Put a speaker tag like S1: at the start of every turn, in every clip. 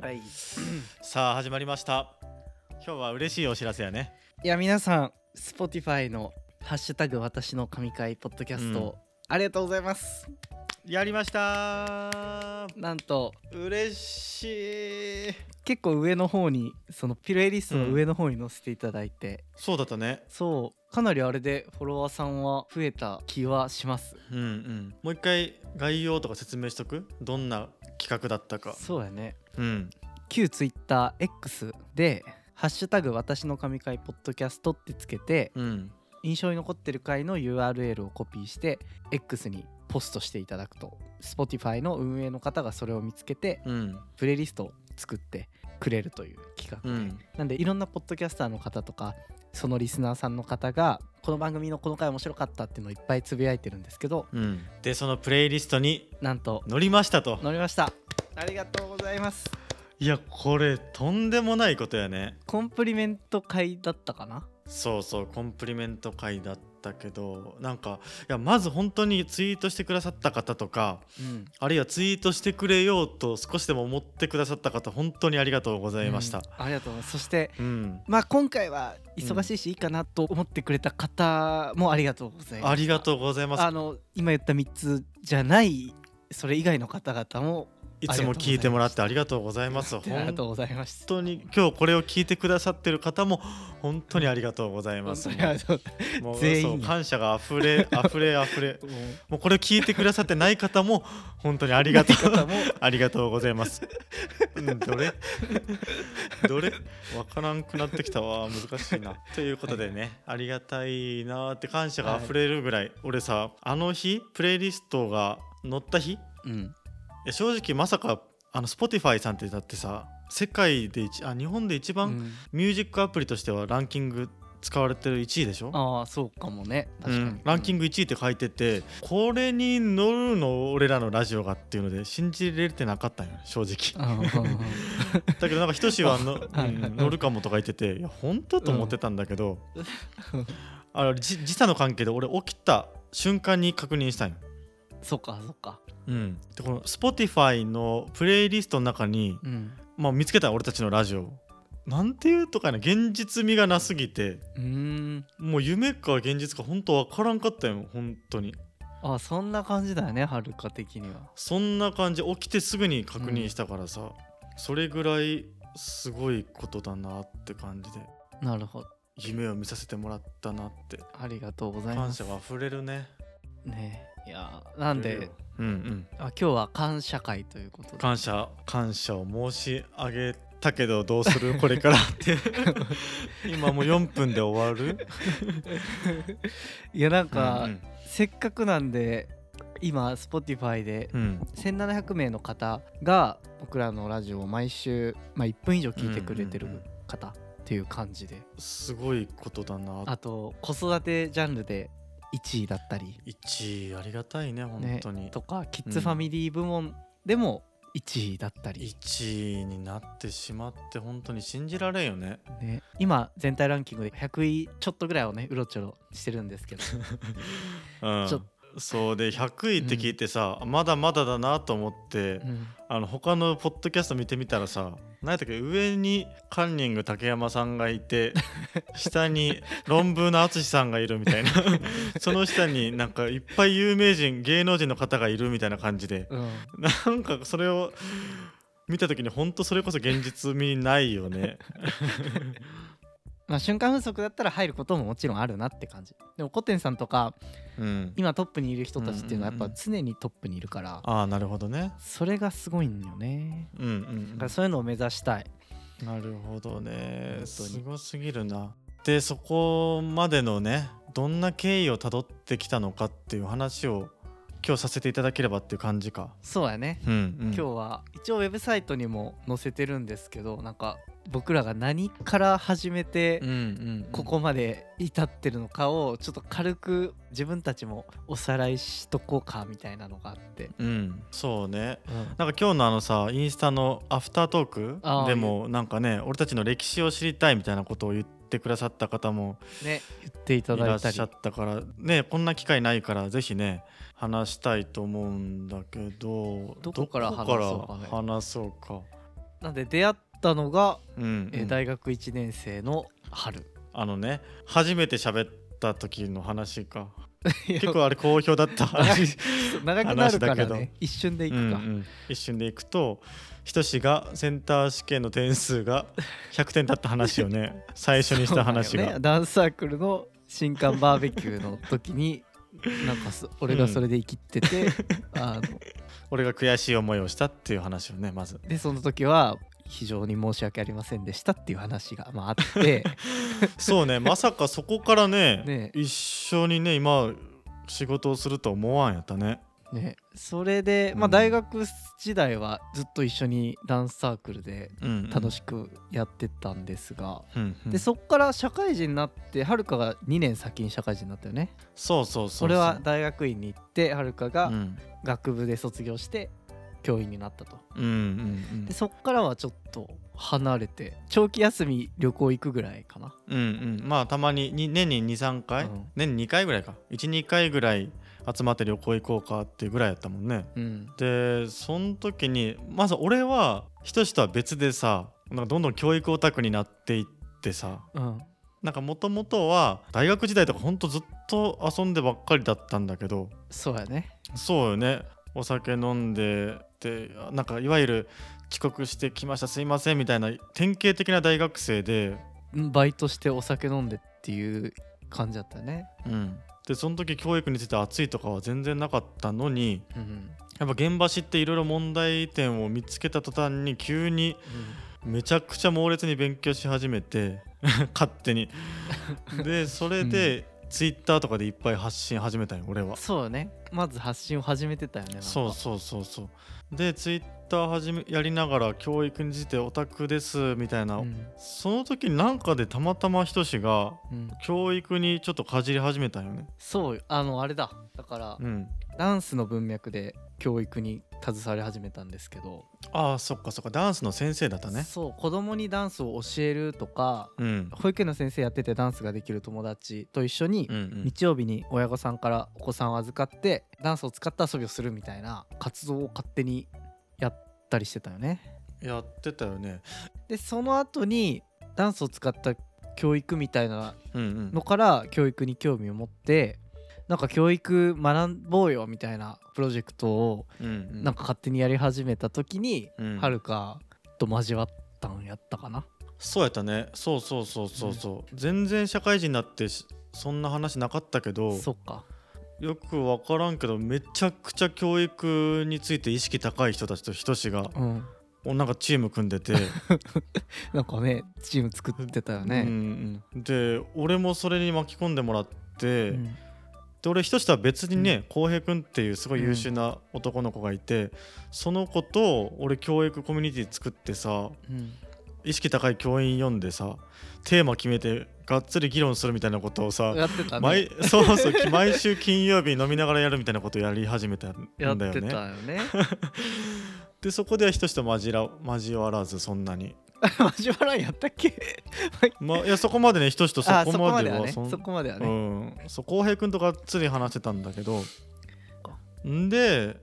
S1: はい、い
S2: さあ始まりました今日は嬉しいお知らせやね
S1: や皆さん Spotify の「ハッシュタグ私の神回ポッドキャスト、ありがとうございます
S2: やりました
S1: なんと
S2: 嬉しい
S1: 結構上の方にそのピレイリストの上の方に載せていただいて、
S2: そうだったね
S1: そうかなりあれでフォロワーさんは増えた気はします
S2: うんうんもう一回概要とか説明しとくどんな企画だったか
S1: そうやね
S2: うん
S1: 旧 TwitterX で「ハッシュタグ私の神回ポッドキャスト」ってつけて
S2: うん
S1: 印象に残ってる回の URL をコピーして X にポストしていただくと Spotify の運営の方がそれを見つけて
S2: うん
S1: プレイリストを作ってくれるという企
S2: う
S1: 画で、
S2: ん
S1: なんでいろんなポッドキャスターの方とかそのリスナーさんの方がこの番組のこの回面白かったっていうのをいっぱいつぶやいてるんですけど
S2: うんでそのプレイリストに
S1: なんと
S2: 乗りましたと
S1: 乗りましたありがとうございます
S2: いやこれとんでもないことやね
S1: コンプリメント会だったかな
S2: そうそうコンプリメント会だったけどなんかいやまず本当にツイートしてくださった方とか
S1: うん
S2: あるいはツイートしてくれようと少しでも思ってくださった方本当にありがとうございました。
S1: うんありがとうございますそして
S2: うん、
S1: まあ今回は忙しいしいいかなと思ってくれた方もありがとうございます。
S2: ありがとうございます
S1: あ。の今言った3つじゃないそれ以外の方々も
S2: いつも聞いてもらってありがとうございます。
S1: ありが
S2: 本
S1: とうございました。
S2: 当に今日これを聞いてくださってる方も本当にありがとうござい
S1: 本
S2: ます
S1: 当。にありがとう
S2: もう
S1: 全員
S2: そう感謝が溢れ溢れ溢れ。
S1: もう
S2: もうこれを聞いてくださってない方も本当にありがとう
S1: 方も
S2: ありがとうございます。うん、どれどれわからんくなってきたわ難しいな。ということでね、ありがたいなーって感謝が溢れるぐらい、俺さあの日プレイリストが載った日い
S1: うん
S2: や正直まさかあの Spotify さんってだってさ世界で一あ日本で一
S1: う
S2: 番、
S1: ん
S2: ミュージックアプリとしてはランキング使われてる1位でしょ
S1: ああそうかもね確かに、
S2: うん、ランキン
S1: グ
S2: グ1位って書いてて、これに乗るの俺らのラジオがっていうので信じれてなかったんよ 正直だけどなんかひとしはの、
S1: あ
S2: うん
S1: はいはい
S2: 乗るかもとか言ってていや本当と思ってたんだけど、あのじ時差の関係で俺起きた瞬間に確認したんよ、
S1: そうかそうか
S2: うん、でこの Spotify のプレイリストの中に、
S1: うん
S2: まあ、見つけたの俺たちのラジオなんていうとかね現実味がなすぎて
S1: うーん
S2: もう夢か現実か本当わからんかったよ本当に
S1: ああそんな感じだよねはるか的には
S2: そんな感じ起きてすぐに確認したからさ、それぐらいすごいことだなって感じで
S1: なるほど
S2: 夢を見させてもらったなって
S1: ありがとうございま
S2: 感
S1: す
S2: 謝が溢れるね
S1: ねいやーなん
S2: 溢れる
S1: で
S2: ようんうん
S1: あ今日は感謝会ということで
S2: 感謝感謝を申し上げたけどどう するこれからって今もう4分で終わる
S1: いやなんか、
S2: うん
S1: せっかくなんで今 Spotify で
S2: うん
S1: 1700名の方が僕らのラジオを毎週、まあ、1分以上聞いてくれてる
S2: うんうんうん
S1: 方っていう感じで、
S2: すごいことだな
S1: あと子育てジャンルで1位だったり、
S2: 1位ありがたいね本
S1: ね
S2: 当に、
S1: とかキッズファミリー部門でも1位だったり、
S2: 1位になってしまって本当に信じられんよね
S1: ね、今全体ランキングで100位ちょっとぐらいをねうろちょろしてるんですけど
S2: うん
S1: ちょ
S2: そうで100位って聞いてさ、まだまだだなと思って、
S1: うん
S2: あの他のポッドキャスト見てみたらさ何やったっけ上にカンニング竹山さんが いて下に論文の淳さんがいるみた いなその下になんかいっぱい有名人芸能人の方がいるみたいな感じで
S1: うん
S2: なんかそれを見た時に本当それこそ現実味ない よね。
S1: まあ、瞬間風速だったら入ることももちろんあるなって感じでもコテンさんとか
S2: うん、
S1: 今トップにいる人たちっていうのはや
S2: うん
S1: っ
S2: うんうん
S1: ぱ常にトップにいるから、
S2: ああなるほどね。
S1: それがすごいんよね
S2: うんうんう
S1: だ
S2: ん
S1: からそういうのを目指したい、
S2: なるほどね
S1: 本当に
S2: すごすぎるなでそこまでのねどんな経緯をたどってきたのかっていう話を今日させていただければっていう感じか
S1: そうやね
S2: うん、うん、
S1: 今日は一応ウェブサイトにも載せてるんですけどなんか僕らが何から始めて
S2: うんうんうん
S1: ここまで至ってるのかをちょっと軽く自分たちもおさらいしとこうかみたいなのがあって、
S2: うんそうねなんか今日のあのさインスタのアフタートー
S1: あ
S2: ク
S1: ー
S2: でもなんかね俺たちの歴史を知りたいみたいなことを言ってくださった方も
S1: ね言っていた
S2: いら
S1: だ
S2: っ
S1: いたり
S2: しゃったからねこんな機会ないからぜひね話したいと思うんだけど
S1: どこから
S2: どこか
S1: 話
S2: ら
S1: そうかね
S2: 話そうか
S1: なんで出会ったのが、
S2: うんうん
S1: えー大学1年生の春
S2: あのね初めて喋った時の話か
S1: いや
S2: 結構あれ好評 だった話
S1: 長くなるか
S2: 話だ
S1: ら
S2: けど
S1: ね一瞬でい
S2: うん
S1: く
S2: う
S1: か、
S2: ん一瞬でいくとひとしがセンター試験の点数が100点だった話を ね最初にした
S1: そう
S2: 話
S1: なんよ
S2: が
S1: ね、ダンスサークルの新刊バーベキューの時になんかそ俺がそれで生きってて、 あの
S2: 俺が悔しい思いをしたっていう話をねまず
S1: でその時は非常に申し訳ありませんでしたっていう話が、まあ、あって
S2: そ うねまさかそこからね
S1: ね
S2: 一緒にね今仕事をするとは思わんやったね
S1: ねそれで、ま
S2: う
S1: あ、
S2: ん
S1: 大学時代はずっと一緒にダンスサークルで
S2: うん
S1: 楽しくやってたんですが、
S2: うんうん
S1: でそっから社会人になってはるかが2年先に社会人になったよね
S2: そうそうそ
S1: そ
S2: う
S1: れは大学院に行ってはるか
S2: うん
S1: が
S2: うん
S1: 学部で卒業して教員になったと、
S2: うんうん
S1: でそっからはちょっと離れて長期休み旅行行くぐらいかな
S2: うんうんまあたまにに年に23回、
S1: うん
S2: 年に2回ぐらいか12回ぐらい集まって旅行行こうかっていうぐらいやったもんね
S1: うん
S2: でその時にまず俺は人とは別でさなんかどんどん教育オタクになっていってさ
S1: うん
S2: なんかもともとは大学時代とかほんとずっと遊んでばっかりだったんだけど
S1: そうやね
S2: そうよねお酒飲んででなんかいわゆる遅刻してきましたすいませんみたいな典型的な大学生で
S1: バイトしてお酒飲んでっていう感じだったよね
S2: うん、でその時教育について熱いとかは全然なかったのに
S1: うん、
S2: やっぱ現場知っていろいろ問題点を見つけた途端に急にめちゃくちゃ猛烈に勉強し始めて 勝手にでそれで、ツイッターとかでいっぱい発信始めたんよ俺は
S1: そうよねまず発信を始めてたよねなんか
S2: そうそうそうそうでツイッター始めやりながら教育についてオタクですみたいな、
S1: ん
S2: その時なんかでたまたまひとしが
S1: うん
S2: 教育にちょっとかじり始めたんよね
S1: そうよあのあれだだから、
S2: うん
S1: ダンスの文脈で教育に携わり始めたんですけど、
S2: ああそっかそっかダンスの先生だったね
S1: そう子供にダンスを教えるとか
S2: うん
S1: 保育園の先生やっててダンスができる友達と一緒に、
S2: うんうん
S1: 日曜日に親御さんからお子さんを預かってダンスを使った遊びをするみたいな活動を勝手にやったりしてたよね。
S2: やってたよね
S1: でその後にダンスを使った教育みたいな
S2: うんうん
S1: のから教育に興味を持ってなんか教育学ぼうよみたいなプロジェクトを
S2: うんうん
S1: なんか勝手にやり始めた時に、
S2: うん
S1: はるかと交わったんやったかな。
S2: そうやったねそうそうそうそうそう、全然社会人になってしそんな話なかったけど
S1: そっか
S2: よく分からんけどめちゃくちゃ教育について意識高い人たちとひとしが
S1: うん、
S2: おなんかチーム組んで て、
S1: なんかねチーム作ってたよ
S2: う
S1: ね。
S2: んうんで俺もそれに巻き込んでもらって、
S1: うん
S2: で俺ひとしとは別にね浩、平君っていうすごい優秀な男の子がいて、その子と俺教育コミュニティ作ってさ
S1: うん
S2: 意識高い教員読んでさテーマ決めてがっつり議論するみたいなことをさ、
S1: やってたね。
S2: 毎 そうそうき毎週金曜日飲みながらやるみたいなことをやり始めたんだ
S1: や
S2: よ
S1: ってたよ
S2: ね。
S1: ね。
S2: でそこではひとしと交ら交わらずそんなに。
S1: 交わらんやったっけ？
S2: まあ、いやそこまでねひとしとそ
S1: あ
S2: こまでは
S1: ね。
S2: そん
S1: そこまでは
S2: う
S1: ね。
S2: ん、そう浩平君とがっつり話してたんだけどんで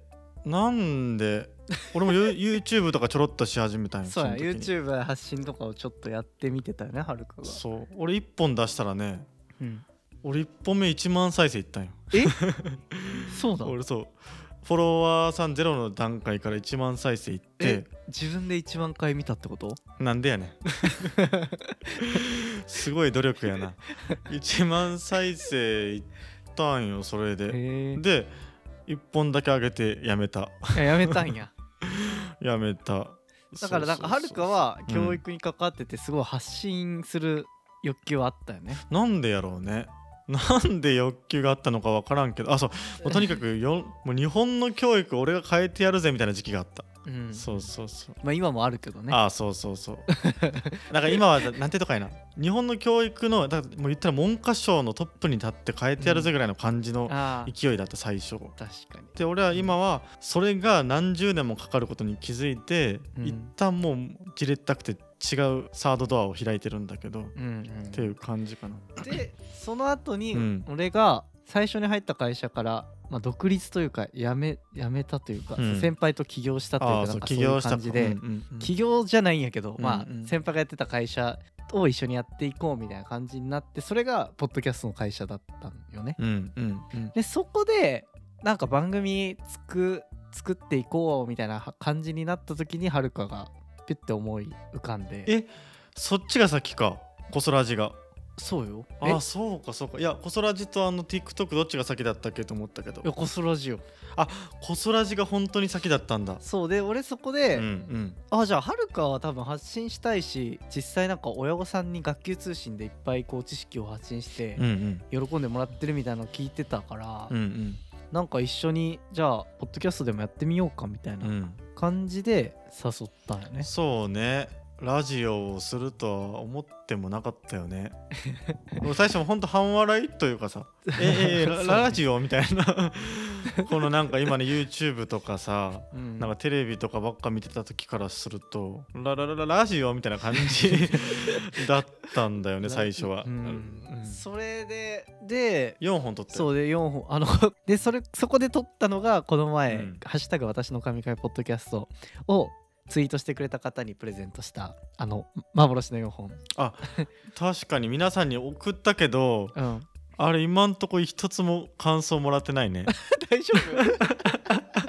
S2: なんで俺 も You- YouTube とかちょろっとし始めたんよ
S1: そうや
S2: の時に
S1: YouTube で発信とかをちょっとやってみてたよねはるかが。
S2: そう俺1本出したらね
S1: うん
S2: 俺1本目1万再生いったんよ
S1: えそうだ
S2: 俺そうフォロワーさんゼロの段階から1万再生いって
S1: え自分で1万回見たってこと
S2: なんでやね んすごい努力やな1万再生いったんよそれで
S1: へ
S2: で1本だけ上げてやめた
S1: えやめたん や
S2: やめた
S1: だからなんかはるかは
S2: そうそう
S1: 教育に関わっててすごい発信する欲求はあったよね、
S2: なんでやろうね なんで欲求があったのか分からんけどあそうもうとにかくよもう日本の教育俺が変えてやるぜみたいな時期があった、
S1: うん、
S2: そうそうそう、
S1: まあ今もあるけどね
S2: ああそうそうそうだから今はなんてとかいな日本の教育のだからもう言ったら文科省のトップに立って変えてやるぜぐらいの感じの
S1: あー
S2: 勢いだった最初
S1: 確かに
S2: で俺は今はそれが何十年もかかることに気づいて、
S1: うん
S2: 一旦もうじれったくて違うサードドアを開いてるんだけど、
S1: うん、うん
S2: っていう感じかな。
S1: でその後に
S2: うん
S1: 俺が最初に入った会社から、まあ、独立というか辞め辞めたというか、
S2: うん
S1: 先輩と起業したという
S2: あ
S1: か
S2: あ
S1: な
S2: そ
S1: ん
S2: う
S1: かそう
S2: 起
S1: いう
S2: 業した
S1: 感じで、
S2: うんうんうん
S1: 起業じゃないんやけど、ま
S2: うんうん
S1: あ先輩がやってた会社を一緒にやっていこうみたいな感じになってそれがポッドキャストの会社だったんよね。
S2: うんうんうん
S1: でそこでなんか番組つく作っていこうみたいな感じになった時にはるかがピュッて思い浮かんで
S2: えそっちが先かコソラジが
S1: そうよえ
S2: ああそうかそうかいやコソラジとあの TikTok どっちが先だったっけと思ったけど
S1: 横ソラジオ
S2: コソラジが本当に先だったんだ
S1: そうで俺そこで、
S2: うんうん
S1: あじゃあはるかは多分発信したいし実際なんか親御さんに学級通信でいっぱいこう知識を発信して
S2: うんうん
S1: 喜んでもらってるみたいなの聞いてたから、
S2: うんうん
S1: なんか一緒にじゃあポッドキャストでもやってみようかみたいな
S2: うん
S1: 感じで誘ったよね、
S2: そうねラジオをするとは思ってもなかったよねもう最初も本当半笑いというか さ「えええ
S1: そう
S2: ラ
S1: ね
S2: ラジオ?」みたいな このなんか今の YouTube とかさ
S1: うん
S2: なんかテレビとかばっか見てた時からすると「ラララララジオ」みたいな感じ だったんだよね最初は、
S1: う
S2: うんん
S1: それでで
S2: 4本撮って
S1: そうで4本あの でそれそこで撮ったのがこの前「
S2: うん
S1: ハッシュタグ私の神回ポッドキャスト」をツイートしてくれた方にプレゼントしたあの幻の4本、
S2: 確かに皆さんに送ったけど
S1: うん、
S2: あれ今んとこ一つも感想もらってないね
S1: 大丈夫 大丈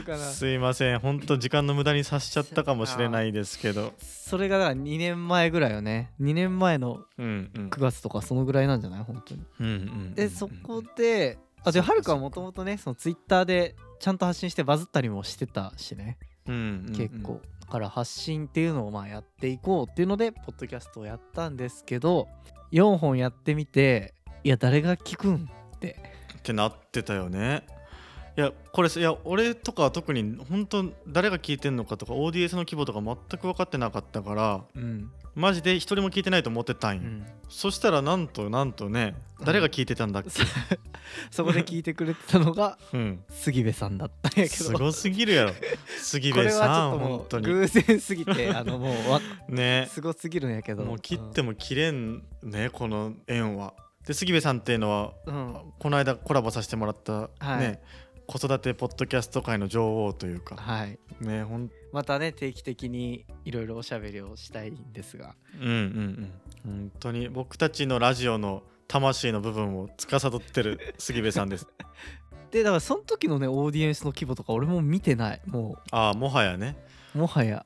S1: 夫かな
S2: すいません本当時間の無駄にさしちゃったかもしれないですけど
S1: それがだから2年前ぐらいよね2年前の
S2: うんうん
S1: 9月とかそのぐらいなんじゃない本当に
S2: うんうん
S1: でそこであで
S2: そうか
S1: はるかはもともとねそのツイッターでちゃんと発信してバズったりもしてたしね
S2: うん
S1: 結構だから発信っていうのをまあやっていこうっていうのでポッドキャストをやったんですけど4本やってみていや誰が聞くんって
S2: ってなってたよねいやこれさいや俺とかは特に本当誰が聞いてんのかとか ODS の規模とか全く分かってなかったから
S1: うん、
S2: マジで一人も聞いてないと思ってたんよ、そしたらなんとなんとね誰が聞いてたんだっけ、
S1: そこで聞いてくれてたのが
S2: うん、
S1: 杉部さんだったん やけ
S2: す
S1: ど
S2: ごすぎるや ろ杉
S1: こ
S2: 部
S1: れ
S2: さ
S1: はちょっと
S2: ん
S1: も
S2: 本当
S1: う
S2: に
S1: 偶然すぎてあのもうわ
S2: ね
S1: すごすぎるんやけど
S2: もう切っても切れんねこの縁はで杉部さんっていうのは
S1: うん、うん
S2: この間コラボさせてもらった、
S1: はい
S2: ね子育てポッドキャスト界の女王というか
S1: はい
S2: ねほん
S1: またね定期的にいろいろおしゃべりをしたいんですが
S2: うんうんうん本当に僕たちのラジオの魂の部分を司ってる杉部さんです
S1: でだからその時のねオーディエンスの規模とか俺も見てないも
S2: ああもはやね
S1: うもはや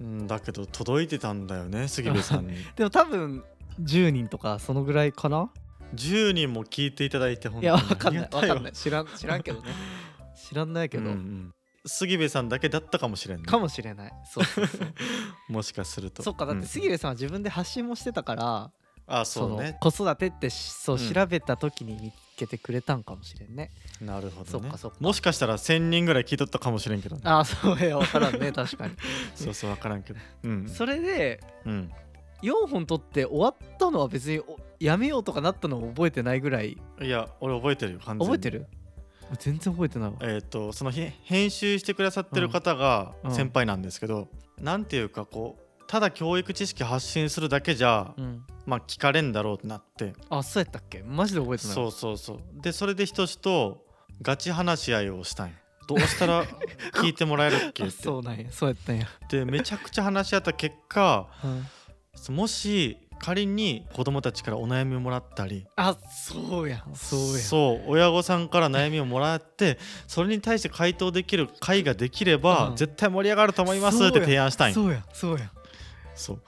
S2: うんだけど届いてたんだよ ね杉部さんに
S1: でも多分10人とかそのぐらいかな
S2: 10人も聞いていただいて本
S1: いやわ
S2: 当
S1: かん
S2: に
S1: な
S2: あ
S1: いわ
S2: りがたい
S1: か
S2: わ
S1: んない知らん知らんけどね 知らんないけど、
S2: うんうん杉部さんだけだったかもしれんね
S1: かもしれないそうそうそう
S2: もしかすると
S1: そっかだって杉
S2: 部
S1: 部さんは自分で発信もしてたから、
S2: ああ
S1: そ
S2: そう
S1: の
S2: ね
S1: 子育てってしそう
S2: うん
S1: 調べた時に見つけてくれたんかもしれんね、
S2: なるほど
S1: そっ
S2: ね
S1: かそっか
S2: もしかしたら1000人ぐらい聞いとったかもしれんけどね
S1: ああそうやわからんね確かに
S2: そうそう分からんけどうん
S1: それで
S2: うん
S1: 4本撮って終わったのは別におやめようとかなったのも覚えてないぐらい
S2: いや俺覚えてるよ完全に
S1: 覚えてる全然覚えてないわ
S2: えー、とそのへ編集してくださってる方が
S1: うん
S2: 先輩なんですけど、なんていうかこうただ教育知識発信するだけじゃ、
S1: うん、
S2: まあ聞かれんだろうってなって
S1: あそうやったっけマジで覚えてない
S2: そうそうそうでそれでひとしとガチ話し合いをしたんよどうした ら聞いてもらえるっけ
S1: あ
S2: って
S1: そうなんやそうやったんや、
S2: でめちゃくちゃ話し合った結果
S1: うん
S2: もし仮に子供たちからお悩みをもらったり
S1: あそうやそうや
S2: そう親御さんから悩みをもらってそれに対して回答できる会ができれば、
S1: うん
S2: 絶対盛り上がると思います
S1: そう
S2: っ
S1: や
S2: て提案したいんよ
S1: そうやそうや
S2: そう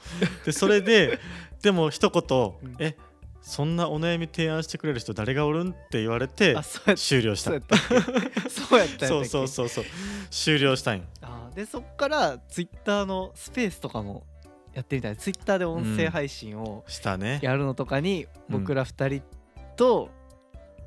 S2: でそれででも一言
S1: うん
S2: 「えそんなお悩み提案してくれる人誰がおるん?」って言われて
S1: あそうやった
S2: 終了した
S1: そうやったっけ そうやったんや
S2: そうそう
S1: う
S2: そうそう終了したいんよ
S1: あでそっからツイッターのスペースとかもやってみたいツイッターで音声配信を
S2: したね
S1: やるのとかに
S2: うん
S1: 僕ら2人と、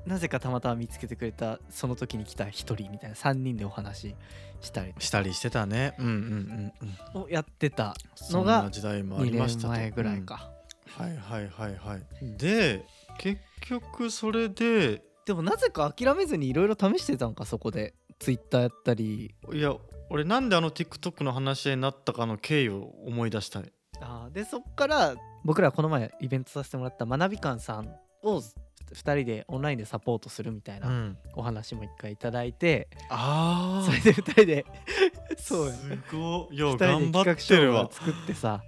S1: なぜかたまたま見つけてくれたその時に来た1人みたいな3人でお話ししたり
S2: したりしてたねうんうんうんうん
S1: をやってた
S2: そ
S1: の
S2: ん
S1: が
S2: な時代もあり
S1: 2
S2: ました
S1: 年
S2: と
S1: 前ぐらい、
S2: うん
S1: か、
S2: はいはいはいはいで結局それで
S1: でもなぜか諦めずにいろいろ試してたんかそこでツイッターやったり
S2: いや俺なんであの TikTok の話し合いになったかの経緯を思い出したい、
S1: あーでそっから僕らこの前イベントさせてもらった学び館さんを2人でオンラインでサポートするみたいうなんお話も一回いただいて、
S2: あ
S1: それ
S2: あ
S1: で2人でそうや
S2: すごいよう
S1: 2
S2: 頑
S1: 人で
S2: 張
S1: 企画
S2: ってる
S1: 書
S2: わ
S1: を、作ってさ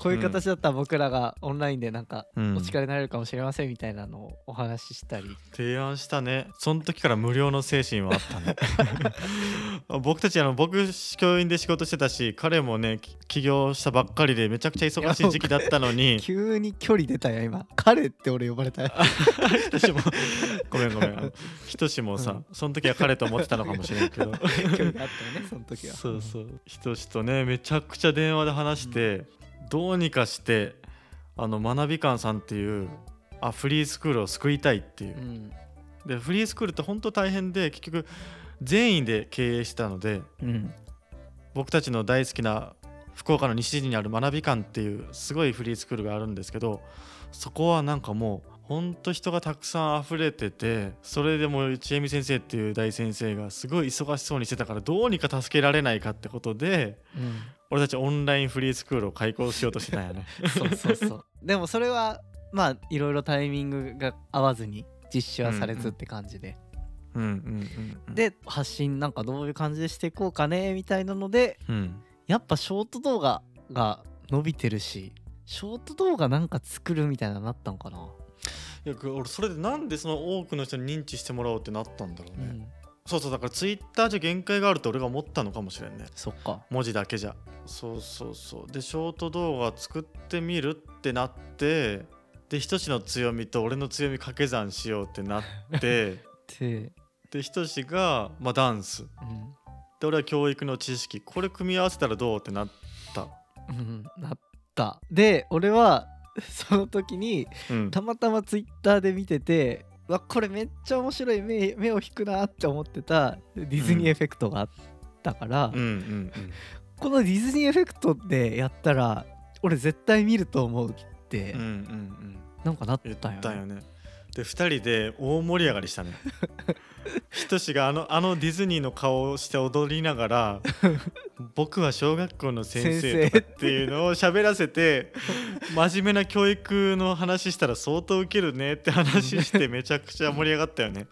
S1: こういう形だったら僕らがオンラインでなんか
S2: うん
S1: お力になれるかもしれませんみたいなのをお話ししたり、
S2: 提案したねその時から無料の精神はあっ たね僕たちあの僕教員で仕事してたし彼もねき起業したばっかりでめちゃくちゃ忙しい時期だったのに
S1: 急に距離出たよ今彼って俺呼ばれたよ
S2: ひとしもごめんごめんあのひとしもさ、その時は彼と思ってたのかもしれんけど
S1: 距離があったよねその時は
S2: そうそうひとしとねめちゃくちゃ電話で話して、どうにかしてあの学び館さんっていうあフリースクールを救いたいっていう
S1: う、ん
S2: でフリースクールって本当大変で結局善意で経営してたので
S1: うん
S2: 僕たちの大好きな福岡の西陣にある学び館っていうすごいフリースクールがあるんですけどそこはなんかもうほんと人がたくさん溢れててそれでもうちえみ先生っていう大先生がすごい忙しそうにしてたからどうにか助けられないかってことで
S1: う
S2: 俺たちオンラインフリースクールを開校しようとしてたんや ね。
S1: ん、そうそうそうでもそれはまあいろいろタイミングが合わずに実施はされずって感じで、
S2: うんうんうん、、
S1: で発信なんかどういう感じでしていこうかねみたいなので
S2: うん、
S1: やっぱショート動画が伸びてるしショート動画なんか作るみたいなのなったんかな、
S2: いや俺それでなんでその多くの人に認知してもらおうってなったんだろうね。そうそうだからツイッターじゃ限界があると俺が思ったのかもしれんね
S1: そっか
S2: 文字だけじゃそうそうそうでショート動画作ってみるってなってでひとしの強みと俺の強み掛け算しようってなって
S1: で、
S2: でひとしが、まあ、ダンス
S1: うん
S2: で俺は教育の知識これ組み合わせたらどうってなった、
S1: うん、なったで俺は その時に
S2: うん、
S1: たまたまツイッターで見ててうわこれめっちゃ面白い目目を引くなって思ってたディズニーエフェクトがあったから、
S2: うんうん
S1: このディズニーエフェクトでやったら俺絶対見ると思うって、
S2: うんうんうんうん
S1: なんかなっ
S2: 言った
S1: よね
S2: たよねで2人で大盛り上がりしたね ひとしがあのあのディズニーの顔をして踊りなが ら「僕は小学校の先生」とかっていうのを喋らせて真面目な教育の話したら相当ウケるねって話してめちゃくちゃ盛り上がったよね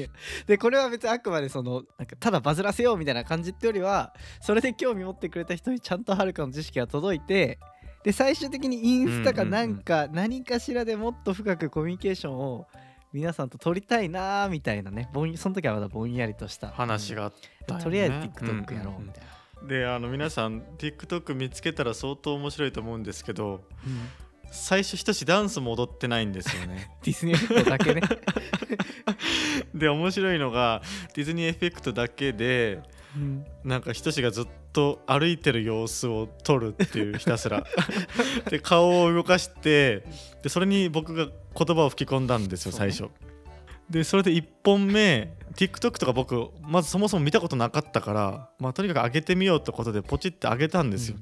S1: でこれは別にあくまでそのなんかただバズらせようみたいな感じってよりはそれで興味持ってくれた人にちゃんとはるかの知識が届いてで最終的にインスタか
S2: うんうんうん
S1: なんか何かしらでもっと深くコミュニケーションを皆さんと取りたいなーみたいなねぼんその時はまだぼんやりとした
S2: 話があった
S1: うん
S2: よね
S1: とりあえず TikTok やろうみ
S2: ん
S1: たいな、
S2: であの皆さん TikTok 見つけたら相当面白いと思うんですけど最初ひとしダンスも踊ってないんですよね
S1: ディズニーフットだけ ね
S2: で面白いのがディズニーエフェクトだけで
S1: うん
S2: なんかひとしがずっと歩いてる様子を撮るっていうひ たすらで顔を動かしてでそれに僕が言葉を吹き込んだんですよ
S1: そう
S2: 最
S1: ね
S2: 初、でそれで1本目 TikTok とか僕まずそもそも見たことなかったから、まあ、とにかく上げてみようってことでポチって上げたんですよ、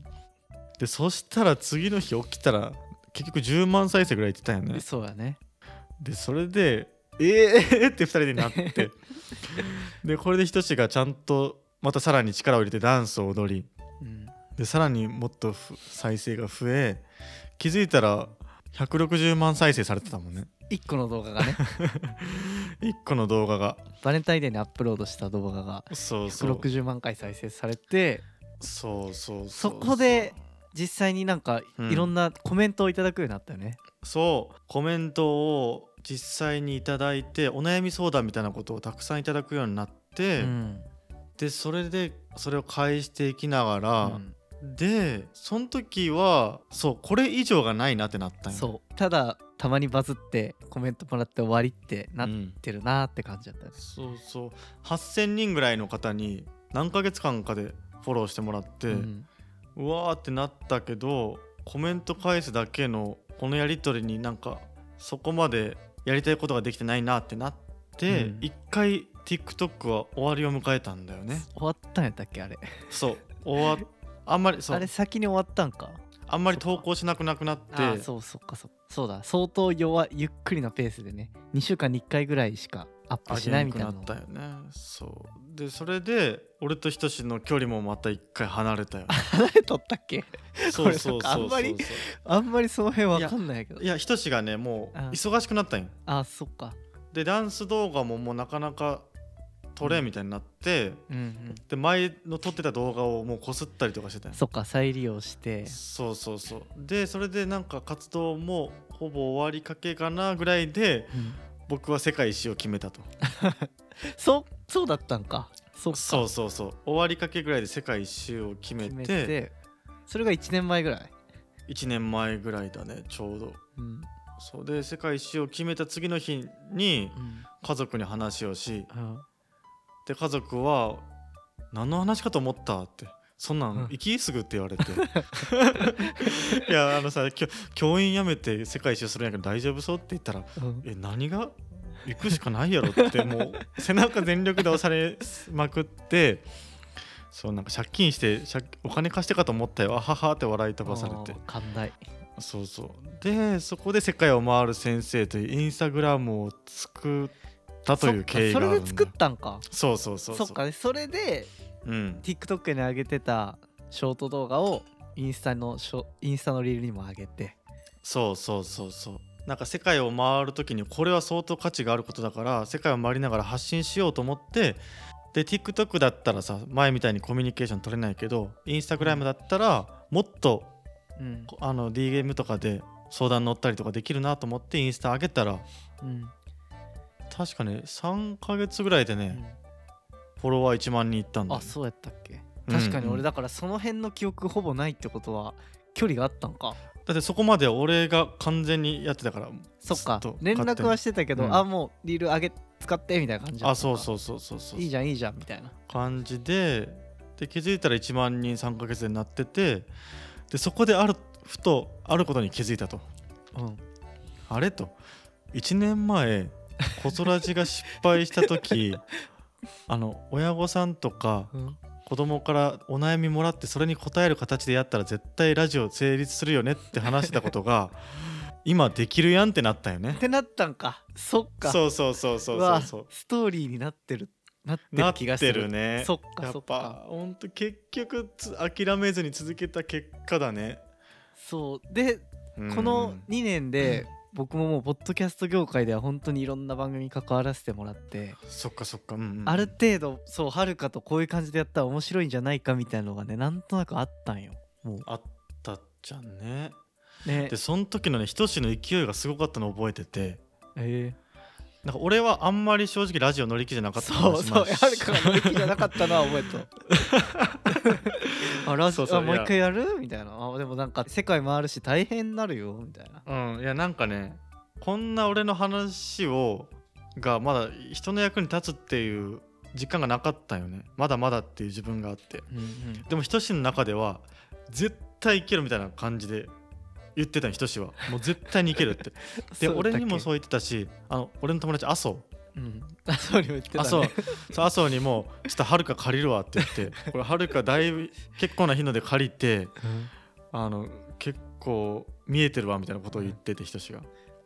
S2: でそしたら次の日起きたら結局10万再生ぐらいいってたよね
S1: そうやね
S2: でそれで「えー!」って2人でなってでこれでひとしがちゃんとまたさらに力を入れてダンスを踊り
S1: うん
S2: でさらにもっとふ再生が増え気づいたら160万再生されてたもんね
S1: 1個の動画がね
S2: 1個の動画が
S1: バレンタインデーにアップロードした動画が
S2: そうそう
S1: 160万回再生されて
S2: そうそう
S1: そこで実際になんか
S2: うん
S1: いろんなコメントをいただくようになったよね。
S2: そうコメントを実際にいただいてお悩み相談みたいなことをたくさんいただくようになって、
S1: うん
S2: でそれでそれを返していきながら、
S1: うん
S2: でその時はそうこれ以上がないなってなったんよ
S1: そうただたまにバズってコメントもらって終わりってな
S2: う
S1: っ
S2: ん
S1: てるなーって感じだったよね。
S2: そうそう8,000人ぐらいの方に何ヶ月間かでフォローしてもらって、う
S1: うん
S2: わーってなったけどコメント返すだけのこのやり取りになんかそこまでやりたいことができてないなってなって、
S1: うん
S2: 一回 TikTok は終わりを迎えたんだよね
S1: 終わったんやったっけあれ
S2: そう終わあんまりそ
S1: あ
S2: う
S1: れ先に終わったんか
S2: あんまり投稿しなくなくなっ
S1: ああ
S2: て
S1: そうそっかそっかそうだ相当弱いゆっくりのペースでね2週間に1回ぐらいしかアップしないみたいな
S2: あげ
S1: の
S2: くなったよねそうでそれで俺とひとしの距離もまた一回離れ たよね
S1: 離れとったっけ
S2: そうそうそうそうそう
S1: あんまりあんまりその辺わかんないけど
S2: いやひとしがねもう
S1: うん
S2: 忙しくなったんよ
S1: ああそっか
S2: でダンス動画ももうなかなか撮れみたいになって、
S1: うんうん
S2: で前の撮ってた動画をもうこすったりとかしてたよ
S1: そっか再利用して
S2: そうそうそうでそれでなんか活動もほぼ終わりかけかなぐらいで
S1: うん
S2: 僕は世界一周を決めたと
S1: そそうだったんかそっか
S2: そうそうそう終わりかけぐらいで世界一周を決め
S1: 決め
S2: て
S1: てそれが1年前ぐらい、
S2: 1年前ぐらいだねちょうど
S1: うん
S2: そうで世界一周を決めた次の日に家族に話をし
S1: うん
S2: で家族は「何の話かと思った」って「そんな
S1: うんん
S2: 行きすぐ」って言われて 「いやあのさきょ教員辞めて世界一周するんやけど大丈夫そう?」って言ったら
S1: うん
S2: 「え何が行くしかないやろ」ってもう背中全力で押されまくって。そうなんか借金して借お金貸してかと思ったよあははって笑い飛ばされて
S1: あー寛大
S2: そうそうでそこで「世界を回る先生」というインスタグラムを作ったという経緯があ
S1: そっか
S2: る
S1: それ
S2: ん
S1: で
S2: だ
S1: 作ったんか
S2: そうそう
S1: そ
S2: そ
S1: っ
S2: うそう
S1: かねそれで
S2: うん
S1: TikTok に上げてたショート動画をインスタのショインスタのリールにも上げて
S2: そうそうそうそうなんか世界を回る時にこれは相当価値があることだから世界を回りながら発信しようと思ってで TikTok だったらさ前みたいにコミュニケーション取れないけどインスタグラムだったらもっと
S1: うん、
S2: あの DM とかで相談乗ったりとかできるなと思ってインスタ上げたら
S1: うん
S2: 確かね3ヶ月ぐらいで
S1: う
S2: ね、
S1: ん
S2: フォロワー1万人いったんだよ
S1: あ
S2: ね
S1: そうやったっけ
S2: うん
S1: 確かに
S2: う
S1: 俺
S2: ん
S1: だからその辺の記憶ほぼないってことは距離があったんか
S2: だってそこまで俺が完全にやってたから
S1: そっか
S2: ずと
S1: 連絡は
S2: 勝
S1: してたけど、
S2: うん
S1: あもうリール上げ使ってみたいな感
S2: 手
S1: じ
S2: にあそう
S1: う
S2: そうそうそうそう
S1: いいじゃんいいじゃんみたいな
S2: 感じでで気づいたら1万人3ヶ月でなっててでそこであるふとあることに気づいたと
S1: うん
S2: あれと1年前子育ちが失敗した 時あの親御さんとか
S1: うん
S2: 子供からお悩みもらってそれに応える形でやったら絶対ラジオ成立するよねって話してたこ とが今できるやんってなったよね
S1: っ。てなったんかそっか
S2: そうそうそうそううそ
S1: わ
S2: うそう
S1: ストーリーになってるなって
S2: な
S1: る
S2: っ
S1: 気がする
S2: てるね
S1: そっ
S2: や
S1: かそ
S2: っ
S1: っか
S2: ぱほんと結局つ諦めずに続けた結果だね、
S1: そうでこの2年で僕ももうポッドキャスト業界では本当にいろんな番組に関わらせてもらって、
S2: そっかそっか、うんうん
S1: ある程度そうはるかとこういう感じでやったら面白いんじゃないかみたいなのがねなんとなくあったんよも
S2: あったじゃんね
S1: うね
S2: でその時のねひとしの勢いがすごかったのを覚えてて
S1: え
S2: なんか俺はあんまり正直ラジオ乗り気じゃな
S1: ー
S2: かった
S1: そうそう
S2: 話
S1: はるかが乗り気じゃなかったのは覚え たあラジ
S2: そうそう
S1: あもう
S2: いや
S1: 一回やるみたいなあでもなんか世界回るし大変になるよみたいな
S2: うんいやなんかねこんな俺の話をがまだ人の役に立つっていう実感がなかったよねまだまだっていう自分があって
S1: うん
S2: でもひとしの中では絶対いけるみたいな感じで言ってたのひとしはもう絶対にいけるって で俺にもそ
S1: う
S2: う言ってたしあの俺の友達麻生
S1: だっけ、うん、あそうにも言ってた、ね、
S2: 麻生そう麻生にも「ちょっとはるか借りるわ」って言ってこれはるかだいぶ結構な頻度で借りて
S1: うん
S2: あの結構見えてるわみたいなことを言っててひとしが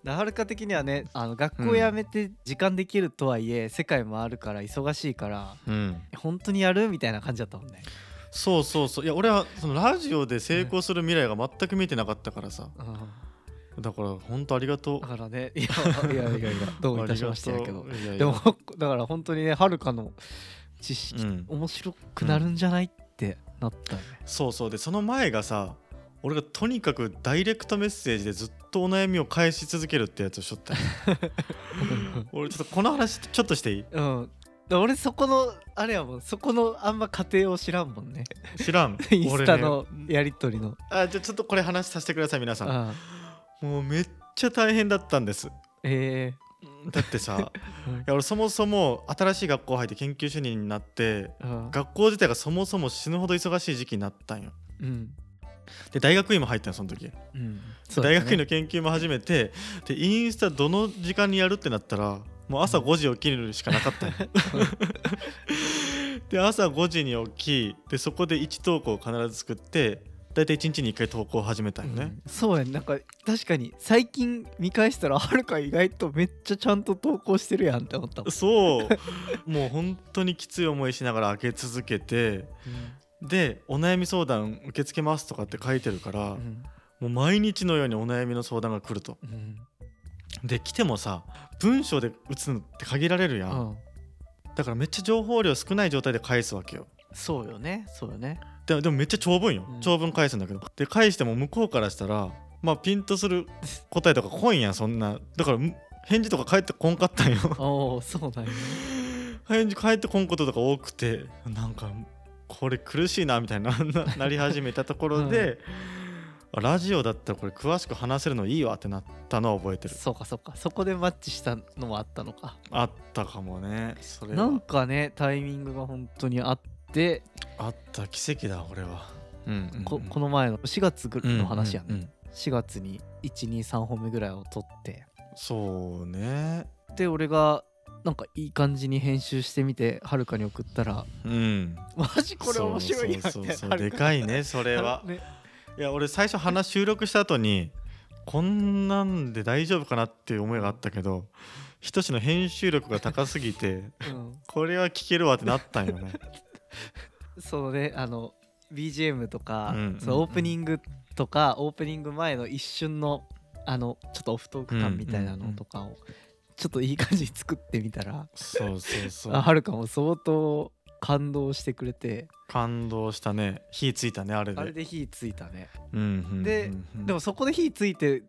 S1: なはるか的にはねあの学校辞めて時間できるとはいえ、世界もあるから忙しいから
S2: うん
S1: 本当にやるみたいな感じだったもんね、
S2: そうそうそういや俺はそのラジオで成功する未来が全く見えてなかったからさだから本当ありがと
S1: だ
S2: う
S1: から ねいやいやいやいやどういたしましてやけど
S2: ありがとういやいや
S1: でもだから本当にねはるかの知識、
S2: うん
S1: 面白くなるんじゃないってなったよね、
S2: そうそうでその前がさ俺がとにかくダイレクトメッセージでずっとお悩みを返し続けるってやつをし ょったよ俺ちょっとこの話ちょっとしていい
S1: うん、で俺そこのあれやもんそこのあんま過程を知らんもんね
S2: 知らん
S1: インスタの
S2: 俺ね
S1: やり取りの、
S2: あじゃあちょっとこれ話させてください皆さん
S1: あ
S2: もうめっちゃ大変だったんです
S1: え
S2: だってさい
S1: えうん
S2: や俺そもそも新しい学校入って研究主任になって
S1: うん
S2: 学校自体がそもそも死ぬほど忙しい時期になったんよ
S1: うん
S2: で大学院も入ったんよその時
S1: うん
S2: 大学院の研究も始めてでインスタどの時間にやるってなったらもう朝5時起きるしかなかったので朝5時に起きでそこで1投稿を必ず作って大体1日に1回投稿を始めたよね、
S1: うんそうやんなんか確かに最近見返したらはるか意外とめっちゃちゃんと投稿してるやんって思ったもん
S2: そうもう本当にきつい思いしながら開け続けてでお悩み相談受け付けますとかって書いてるから、
S1: うん
S2: もう毎日のようにお悩みの相談が来ると
S1: うん
S2: できてもさ文章で打つのって限られるや、
S1: うんん、
S2: だからめっちゃ情報量少ない状態で返すわけよ
S1: そうよねそうよね
S2: でもでもめっちゃ長文よ、
S1: うん
S2: 長文返すんだけどで返しても向こうからしたらまあピンとする答えとか来んやんそんなだからむ返事とか返ってこんかったんよ
S1: おおそうなんや
S2: 返事返ってこんこととか多くてなんかこれ苦しいなみたいな ななり始めたところで、あラジオだったらこれ詳しく話せるのいいわってなったのは覚えてる
S1: そうかそうかそこでマッチしたのもあったのか
S2: あったかもねそれ
S1: なん
S2: は
S1: かねタイミングが本当にあって、
S2: あった奇跡だ俺は、うんうんうん
S1: ここの前の4月ぐの話やね、
S2: うんうんうん
S1: 4月に123本目ぐらいを撮って
S2: そうね
S1: で俺がなんかいい感じに編集してみてはるかに送ったら
S2: うん
S1: 「マジこれ面白いやん」みた
S2: そ
S1: い
S2: う
S1: な
S2: そうそうそう
S1: はる、
S2: でかいねそれ は
S1: ね
S2: いや俺最初話収録した後にこんなんで大丈夫かなっていう思いがあったけどひとしの編集力が高すぎて
S1: うん、
S2: これは聞けるわってなったん よね
S1: そうねあの BGM とか、
S2: うんうんうん
S1: そのオープニングとかオープニング前の一瞬のあのちょっとオフトーク感みたいなのとかをちょっといい感じに作ってみたら、
S2: そうそうそ
S1: あ
S2: う
S1: はるかも相当感動してくれて
S2: 感動したね火ついたねあれで
S1: あれで火ついたね
S2: うんうんうん
S1: で
S2: うん
S1: でもそこで火ついて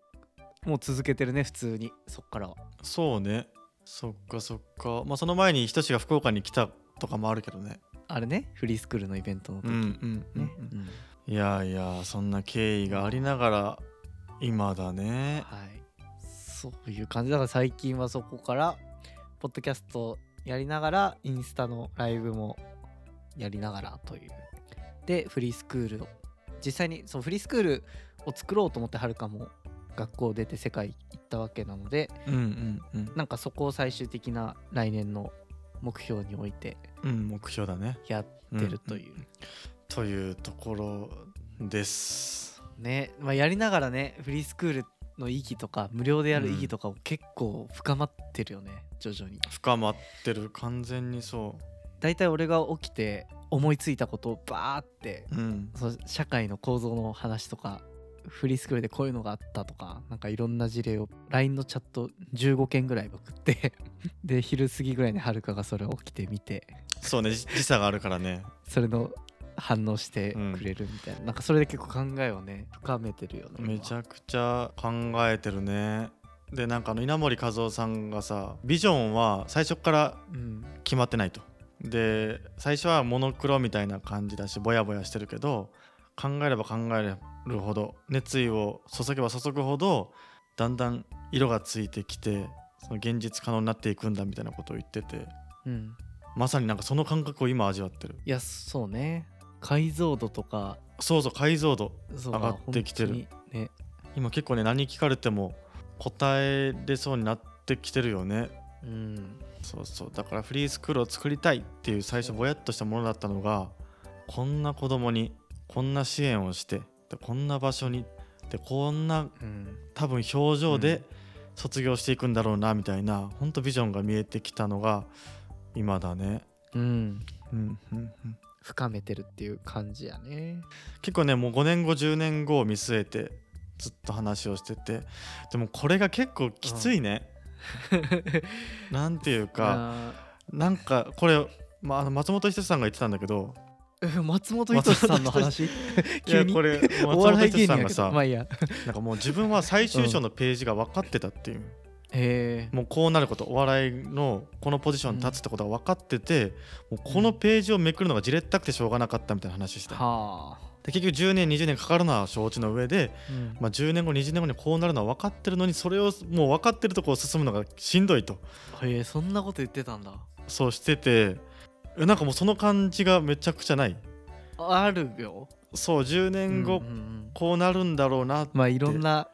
S1: もう続けてるね普通にそっからは
S2: そうねそっかそっかまあその前にひとしが福岡に来たとかもあるけどね
S1: あれねフリースクールのイベントの時
S2: うん
S1: ね、
S2: うんうん、
S1: う
S2: うん
S1: ん
S2: いやいやそんな経緯がありながら今だね
S1: はいそういう感じだから最近はそこからポッドキャストやりながらインスタのライブもやりながらというでフリースクールを実際にそのフリースクールを作ろうと思ってはるかも学校を出て世界行ったわけなので
S2: うんうんうん
S1: なんかそこを最終的な来年の目標において
S2: うん目標だね
S1: やってるという、
S2: というところです
S1: ね、まあ、やりながらねフリースクールの意義とか無料でやる意義とかも結構深まってるよね、徐々に
S2: 深まってる完全にそ
S1: 大体俺が起きて思いついたことをバーって
S2: ううん
S1: その社会の構造の話とかフリースクールでこういうのがあったとかなんかいろんな事例を LINE のチャット15件ぐらい送って で昼過ぎぐらいにはるかがそれを起きてみて
S2: そうねじ時差があるからね
S1: それの反応してくれるみたいな、なんかそれで結構考えをね深めてるよね
S2: めちゃくちゃ考えてるねでなんかあの稲森和夫さんがさビジョンは最初から
S1: うん
S2: 決まってないとで最初はモノクロみたいな感じだしぼやぼやしてるけど考えれば考えるほど熱意を注げば注ぐほどだんだん色がついてきてその現実可能になっていくんだみたいなことを言ってて
S1: うん
S2: まさになんかその感覚を今味わってる
S1: いやそうね解像度とか
S2: そうそう解像度
S1: そう
S2: 上がってきてる
S1: 本当にね
S2: 今結構ね何聞かれても答えれそうになってきてるよね
S1: うん
S2: そうそうだからフリースクールを作りたいっていう最初ぼやっとしたものだったのがこんな子供にこんな支援をしてでこんな場所にでこんな
S1: うん
S2: 多分表情
S1: う
S2: で
S1: ん
S2: 卒業していくんだろうなみたいな、ほんとビジョンが見えてきたのが今だね、
S1: うん
S2: うんうんうん、
S1: 深めてるっていう感じやね
S2: 結構ねもう5年後10年後を見据えてずっと話をしててでもこれが結構きついね、なんていう
S1: あ
S2: か、なんかこれ、まあ、あの松本人志さんが言ってたんだけど
S1: ー松本人志さんの話
S2: いや
S1: 急に
S2: これ松
S1: お
S2: 本
S1: 笑い
S2: 人
S1: 芸
S2: 志
S1: 人
S2: さん
S1: や
S2: が
S1: け
S2: さ
S1: どまあい いや
S2: なんかもう自分は最終章のページが分かってたっていう、
S1: へえ
S2: もうこうなることお笑いのこのポジションに立つってことが分かってて、もうこのページをめくるのがじれったくてしょうがなかったみたいな話をしてた
S1: はあ
S2: で結局10年20年かかるのは承知の上で、
S1: うん
S2: まあ、10年後20年後にこうなるのは分かってるのにそれをもう分かってるとこを進むのがしんどいと
S1: へえそんなこと言ってたんだ
S2: そうしててえなんかもうその感じがめちゃくちゃない
S1: あるよ
S2: そう10年後
S1: うんうんうん
S2: こうなるんだろうなって
S1: まあいろんな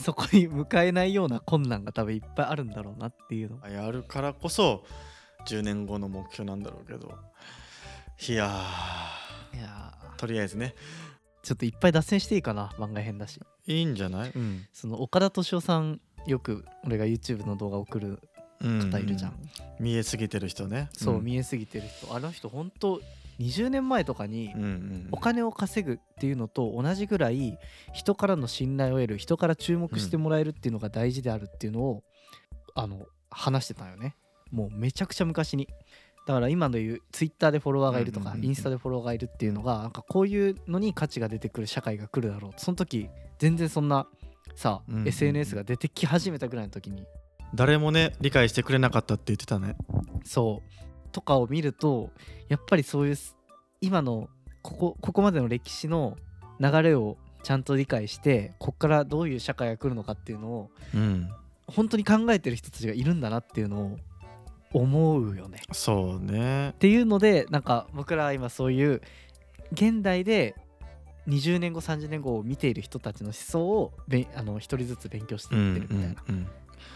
S1: そこに向かえないような困難が多分いっぱいあるんだろうなっていうの
S2: やるからこそ10年後の目標なんだろうけどいや
S1: いや
S2: ーとりあえずね
S1: ーちょっといっぱい脱線していいかな漫画編だし
S2: いいんじゃない、うん
S1: その岡田敏夫さんよく俺が YouTube の動画送る方いるじゃん、
S2: 見えすぎてる人ね
S1: そう、
S2: ん
S1: 見えすぎてる人あの人ほんと20年前とかに、
S2: うんうん
S1: お金を稼ぐっていうのと同じぐらい人からの信頼を得る人から注目してもらえるっていうのが大事であるっていうのを、あの話してたんよねもうめちゃくちゃ昔にだから今の言うツイッターでフォロワーがいるとか、
S2: うんうんうんうん
S1: インスタでフォロワーがいるっていうのがなんかこういうのに価値が出てくる社会が来るだろうその時全然そんなさ、
S2: うんうんうん
S1: SNS が出てき始めたぐらいの時に
S2: 誰もね理解してくれなかったって言ってたね
S1: そうとかを見るとやっぱりそういうす今のここここまでの歴史の流れをちゃんと理解してこっからどういう社会が来るのかっていうのを
S2: うん
S1: 本当に考えてる人たちがいるんだなっていうのを思うよね。っ
S2: そうね
S1: ていうのでなんか僕らは今そういう現代で20年後30年後を見ている人たちの思想をべんあの一人ずつ勉強して
S2: うん
S1: いってるみたいな
S2: うんうん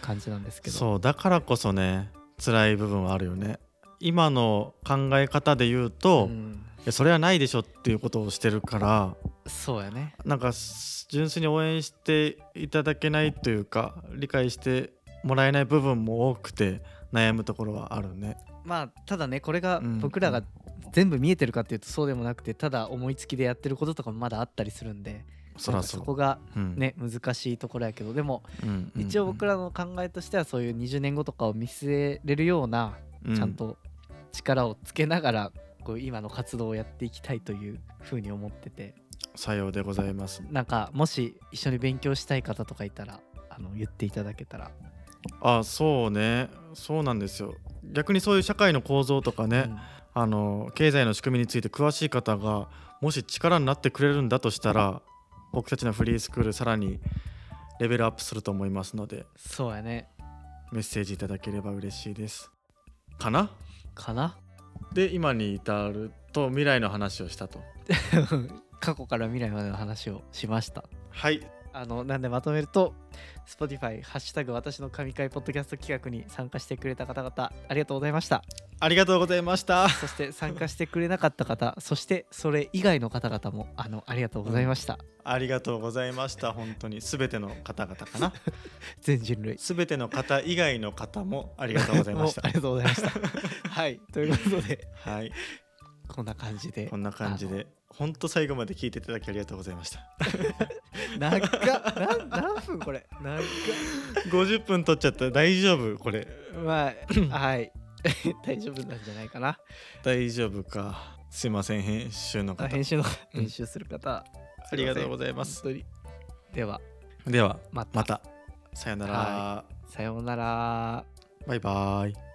S1: 感じなんですけど、
S2: そうだからこそね辛い部分はあるよね今の考え方で言うと、
S1: う
S2: い
S1: ん
S2: やそれはないでしょっていうことをしてるから
S1: そうやね。
S2: なんかす純粋に応援していただけないというか理解してもらえない部分も多くて悩むところはあるね。
S1: まあただねこれが
S2: うん
S1: 僕らが全部見えてるかっていうとそうでもなくてただ思いつきでやってることとかもまだあったりするんで
S2: そ
S1: な
S2: ら
S1: んか
S2: そ。
S1: そうこが
S2: うん、
S1: ね難しいところやけどでも
S2: うん、うんうん
S1: 一応僕らの考えとしてはそういう20年後とかを見据えれるような
S2: う
S1: ちゃんと力をつけながらこう今の活動をやっていきたいというふうに思ってて
S2: 作用でございます。
S1: なんかもし一緒に勉強したい方とかいたらあの言っていただけたら、
S2: あそうねそうなんですよ。逆にそういう社会の構造とかね、
S1: うん
S2: あの経済の仕組みについて詳しい方がもし力になってくれるんだとしたら僕たちのフリースクールさらにレベルアップすると思いますので
S1: そうやね
S2: メッセージいただければ嬉しいです。かな
S1: かな
S2: で今に至ると未来の話をしたと。
S1: 過去から未来までの話をしました
S2: はい
S1: あのなんでまとめると Spotify「ハッシュタグ私の神回ポッドキャスト企画」に参加してくれた方々ありがとうございました
S2: ありがとうございました。
S1: そして参加してくれなかった 方そしてそれ以外の方々もあのありがとうございました、
S2: ありがとうございました。本当にすべての方々かな。
S1: 全人類
S2: すべての方以外の方もありがとうございまし
S1: もう あ
S2: た
S1: り。がとうございました はいということで
S2: はい、
S1: こんな感じで
S2: こんな感じで、本当最後まで聞いていただきありがとうございました。
S1: 長っなん何分これ長っ
S2: 50分取っちゃった大丈夫これ
S1: ま あはい 大丈夫なんじゃないかな
S2: 大丈夫かすいません編集の方
S1: 編集の
S2: うん
S1: 編集する方
S2: ありがとうございま
S1: ます
S2: す
S1: 本当にでは
S2: では
S1: また
S2: またさよなら
S1: はさようなら
S2: バイバイ